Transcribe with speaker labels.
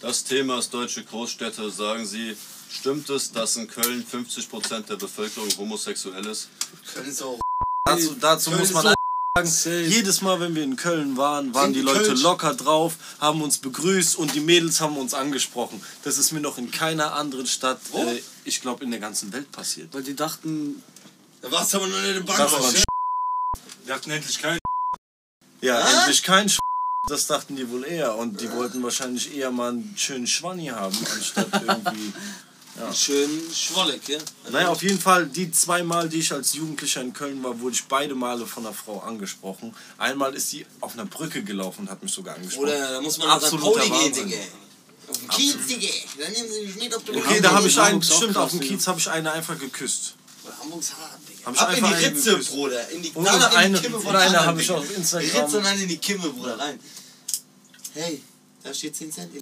Speaker 1: Das Thema ist deutsche Großstädte. Sagen Sie, stimmt es, dass in Köln 50% der Bevölkerung homosexuell ist?
Speaker 2: Köln ist auch.
Speaker 3: Dazu, dazu
Speaker 2: Köln
Speaker 3: muss
Speaker 2: ist
Speaker 3: man
Speaker 2: so
Speaker 3: sagen, jedes Mal, wenn wir in Köln waren, waren die
Speaker 2: Trinken
Speaker 3: Leute
Speaker 2: Kölsch.
Speaker 3: locker drauf, haben uns begrüßt und die Mädels haben uns angesprochen. Das ist mir noch in keiner anderen Stadt, äh, ich glaube, in der ganzen Welt passiert.
Speaker 4: Weil die dachten,
Speaker 2: Da warst du aber nur in der Bank.
Speaker 3: Das war ein
Speaker 2: Mann.
Speaker 3: Sch-
Speaker 5: Wir hatten endlich keinen.
Speaker 3: Ja, endlich kein Sch Das dachten die wohl eher. Und die wollten wahrscheinlich eher mal einen schönen Schwanni haben, anstatt irgendwie.
Speaker 2: Schön schwollig, ja?
Speaker 3: Naja, auf jeden Fall, die zweimal, die ich als Jugendlicher in Köln war, wurde ich beide Male von einer Frau angesprochen. Einmal ist sie auf einer Brücke gelaufen und hat mich sogar angesprochen.
Speaker 2: Oder da muss man nach St.
Speaker 3: Absoluter
Speaker 2: Pauli
Speaker 3: Wahnsinn.
Speaker 2: gehen, Digga. Auf den Kiez, Digga. Dann nehmen sie mich mit auf die
Speaker 3: Okay, da habe ich einen,
Speaker 4: Hamburg ist auch
Speaker 3: stimmt,
Speaker 4: krass,
Speaker 3: auf dem
Speaker 4: ja.
Speaker 3: Kiez habe ich eine einfach geküsst.
Speaker 2: Hamburg ist hart, Digga.
Speaker 3: Hab ich
Speaker 2: Ab in die
Speaker 3: einfach einen
Speaker 2: Ritze,
Speaker 3: geküsst.
Speaker 2: Bruder. In die,
Speaker 3: Und
Speaker 2: dann ab in
Speaker 3: eine-
Speaker 2: die Kimme
Speaker 3: und
Speaker 2: von
Speaker 3: eine
Speaker 2: anderen,
Speaker 3: habe ich
Speaker 2: Digga.
Speaker 3: auf Instagram.
Speaker 2: Ritze und dann in die Kimme, Bruder, rein. Hey, da steht 10 Cent.